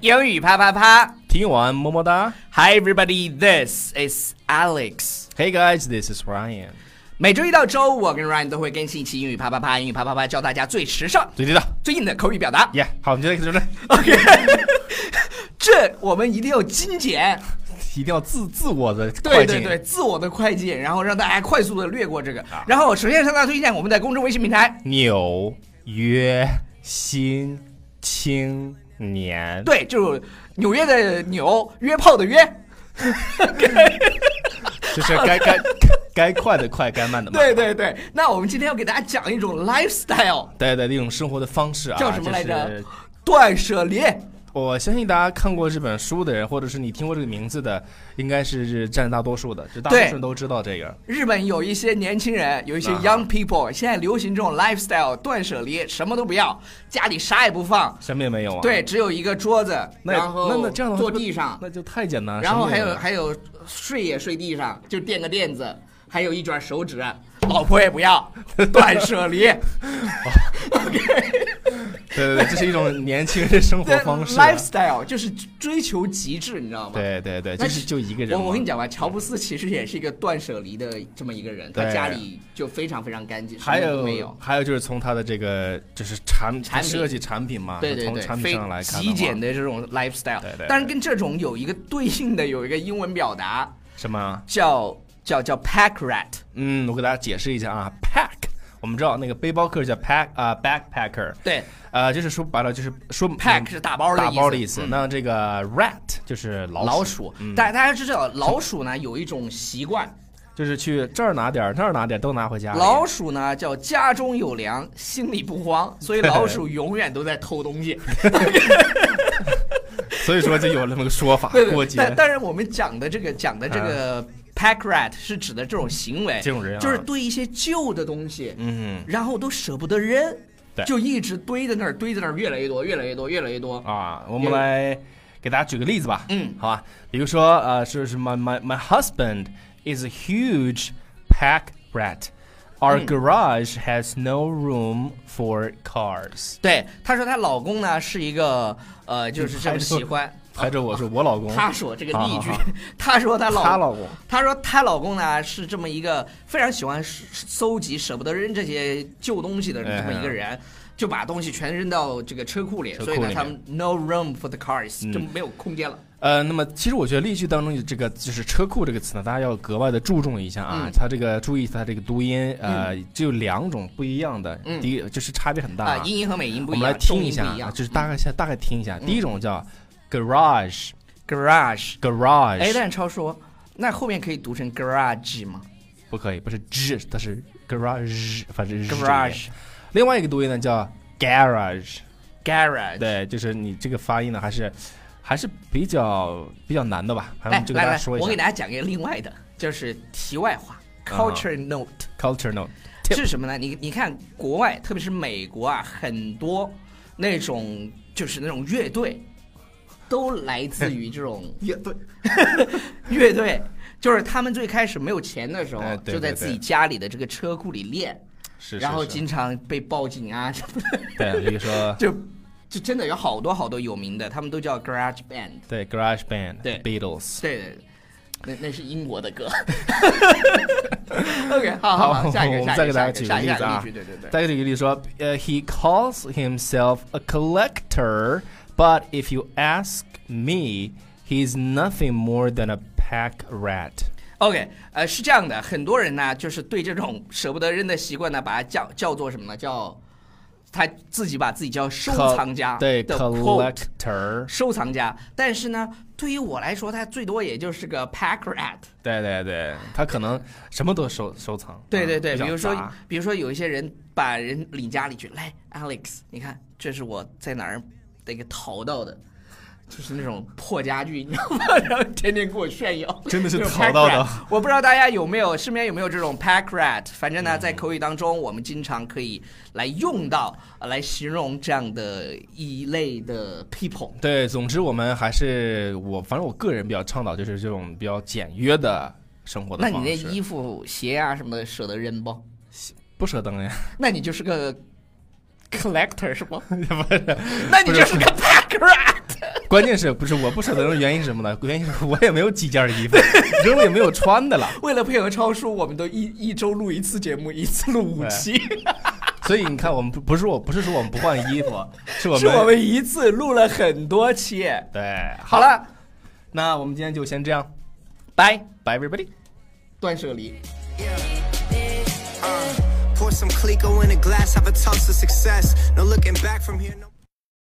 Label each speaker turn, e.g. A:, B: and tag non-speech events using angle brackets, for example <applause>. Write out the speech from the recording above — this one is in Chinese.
A: 英语啪啪啪
B: 听完么么哒。
A: ！Hi everybody, this is Alex。
B: Hey guys, this is Ryan。
A: 每周一到周五，我跟 Ryan 都会更新一期英语啪啪啪，英语啪啪啪教大家最时尚、
B: 对对的，
A: 最硬的口语表达。
B: 耶、好，我们就在这里，
A: OK，这我们一定要精简，
B: 一定要自自我的快
A: 对
B: 进
A: 对对，，自我的快进，然后让大家快速的略过这个。
B: 啊
A: 然后首先向大家推荐我们的公众微信平台，
B: 纽约新青年，
A: 对，就是纽约的纽，约炮
B: <laughs>
A: 的约。 <laughs>
B: 就是该
A: <laughs>
B: 该该快的快，该慢的慢。
A: 对对对，那我们今天要给大家讲一种 lifestyle，
B: 对对，一种生活的方式啊，
A: 叫什么来着
B: 就是
A: 断舍离。
B: 我相信大家看过这本书的人，或者是你听过这个名字的，应该是占大多数的，就大多数人都知道这个。
A: 日本有一些年轻人，有一些
B: 啊
A: young people，现在流行这种 lifestyle 断舍离，什么都不要，家里啥也不放，
B: 什么也没有啊？
A: 对，，只有一个桌子，
B: 那
A: 然后
B: 那那这样的话
A: 坐地上，
B: 那就太简单了。
A: 然后还
B: 什么
A: 有
B: 也没啊
A: 还有睡也睡地上，就垫个垫子，还有一卷手纸，老婆也不要， <laughs> 断舍
B: <laughs>
A: 离
B: 对对对，这是一种年轻人的生 <laughs> 活
A: 对
B: 方式啊。
A: lifestyle 就是追求极致，你知道吗？
B: 对对对，
A: 那
B: 就是就一个人
A: 我
B: 嘛。
A: 我跟你讲吧，乔布斯其实也是一个断舍离的这么一个人，他
B: 对
A: 家里就非常非常干净，什
B: 还
A: 么都没
B: 有啊
A: 有，
B: 还有就是从他的这个就是产
A: 产品
B: 设计产品嘛，
A: 对对
B: 从
A: 对
B: 产，品
A: 非
B: 上来看的
A: 极
B: 话
A: 简的这种 lifestyle
B: 对对对。
A: 但是跟这种有一个对应的有一个英文表达
B: 什么？
A: 叫叫叫 pack rat，
B: 嗯，我给大家解释一下啊，pack，我们知道那个背包客叫 pack 啊、backpacker，
A: 对
B: 呃，就是说白了就是说
A: pack
B: 嗯
A: 是大包的
B: 打包的意
A: 嗯
B: 思。那这个 rat 就是老嗯
A: 老鼠，大大家知道老鼠呢有一种习惯，
B: 就是去这儿拿点儿，那儿拿点儿，都拿回家里。
A: 老鼠呢叫家中有粮，心里不慌，所以老鼠永远都在偷东西。，
B: 所以说就有了那么个说法
A: 对
B: 过
A: 对，
B: 节啊
A: 但但是我们讲的这个讲的这个 pack rat 是指的这种行为，
B: 这种人啊
A: 就是对一些旧的东西，
B: 嗯
A: 然后都舍不得扔，
B: 对
A: 就一直堆在那儿，堆在那儿，越来越多，越来越多，越来越多。
B: 啊，我们来给大家举个例子吧，
A: 嗯，
B: 好吧，比如说呃，是是 my my my husband is a huge pack rat。Our
A: 嗯
B: garage has no room for cars。
A: 对，她说她老公呢是一个呃，就是这么喜欢。
B: 拍着我说，我老公，
A: 她说这个例句
B: 好好，
A: <laughs> 她说她
B: 她老公，
A: 她说她老公呢是这么一个非常喜欢收搜集、舍不得扔这些旧东西的这么一个人，就把东西全扔到这个车库里，
B: 哎车库
A: 所
B: 里
A: 以呢，
B: 面
A: 他们 no room for the cars，、
B: 嗯
A: 就没有空间了。
B: 呃，那么其实我觉得例句当中的这个就是车库这个词呢，大家要格外的注重一下啊，
A: 嗯
B: 它这个注意它这个读音，呃，就有两种不一样的，
A: 嗯
B: 第一就是差别很大
A: 啊，音音和美音
B: 我
A: 不一
B: 们
A: 样，
B: 来听一下
A: 重音不一
B: 啊，
A: 样，嗯
B: 就是大概先大概听一下，第一种叫 garage
A: garage。
B: garage，
A: 哎，但超说，那后面可以读成 garage 吗
B: 不可以，不是 g，它是 garage，反正是这个音
A: ？garage
B: 另外一个读音呢叫 garage，
A: garage。
B: 对，就是你这个发音呢还是还是比较比较难的吧，反正
A: 哎，
B: 我就给
A: 来
B: 大家
A: 来，
B: 说一
A: 我给
B: 下
A: 大家讲一个另外的，就是题外话
B: 啊
A: ，culture note。
B: culture note，Tip
A: 是什么呢？你你看国外，特别是美国啊，很多那种就是那种乐队，都来自于这种
B: <laughs>
A: 乐队。 <laughs> 乐队就是他们最开始没有钱的时候，
B: 哎对
A: 就在
B: 对对
A: 自己家里的这个车库里练，
B: 是，
A: 然后
B: 是是
A: 经常被报警啊 <laughs> 什么的，
B: 对，比
A: <laughs>
B: 如说。
A: 就就真的有好多好多有名的，他们都叫 garage band。
B: 对，Garage Band，
A: 对
B: b e a t l e s
A: 对对对，那那是英国的歌。OK，好好好，
B: 好
A: 下一个，
B: 我
A: 下
B: 们
A: 一
B: 再给大
A: 下
B: 家
A: 一
B: 举
A: 个，下一
B: 个例子
A: 个
B: 啊
A: 例句，对对对。
B: 再举个例子说，呃、h e calls himself a collector, but if you ask me, he's nothing more than a pack rat.
A: OK，呃，是这样的，很多人呢，就是对这种舍不得扔的习惯呢，把它叫叫做什么呢？叫他自己把自己叫 <laughs> 收
B: Co-
A: 藏家
B: 对
A: 的 quote
B: ，collector，
A: 收藏家。但是呢，对于我来说，他最多也就是个 pack rat。
B: 对对对，他可能什么都收收藏。
A: 对
B: 嗯
A: 对对，
B: 比
A: 比
B: 较
A: 如说
B: 杂，
A: 比如说有一些人把人领家里去，来，Alex，你看，这是我在哪儿那个淘到的。就是那种破家具，你知道吗？ <laughs> 然后天天给我炫耀，
B: 真的是
A: 这种
B: 淘到的
A: pack rat。我
B: <laughs>
A: 不知道大家有没有身边有没有这种 pack rat，反正
B: 嗯
A: 呢，在口语当中，我们经常可以来用到，呃来形容这样的一类的 people。
B: 对，总之我们还是我，反正我个人比较倡导就是这种比较简约的生活的
A: 那
B: 方
A: 你
B: 式。
A: 那衣服、鞋啊什么的舍得扔不？
B: 不舍得呀？
A: 那你就是个 collector 是不？
B: <laughs> 不是，
A: 啊那你就是个 pack rat。
B: 关键是不是我不舍得扔原因是什么呢？原因是我也没有几件衣服， <laughs> 扔了也没有穿的了。
A: 为了配合超叔，我们都一一周录一次节目，一次录
B: 哎
A: 五期，
B: 所以你看，我们不不是我不是说我们不换衣服，是我们
A: 是我们一次录了很多期。
B: 对。
A: 好，了，
B: 那我们今天就先这样
A: 拜，
B: ，Bye everybody。
A: 断舍离。
C: Pour some Clico in a glass, have a toast to success. No looking back from here. No-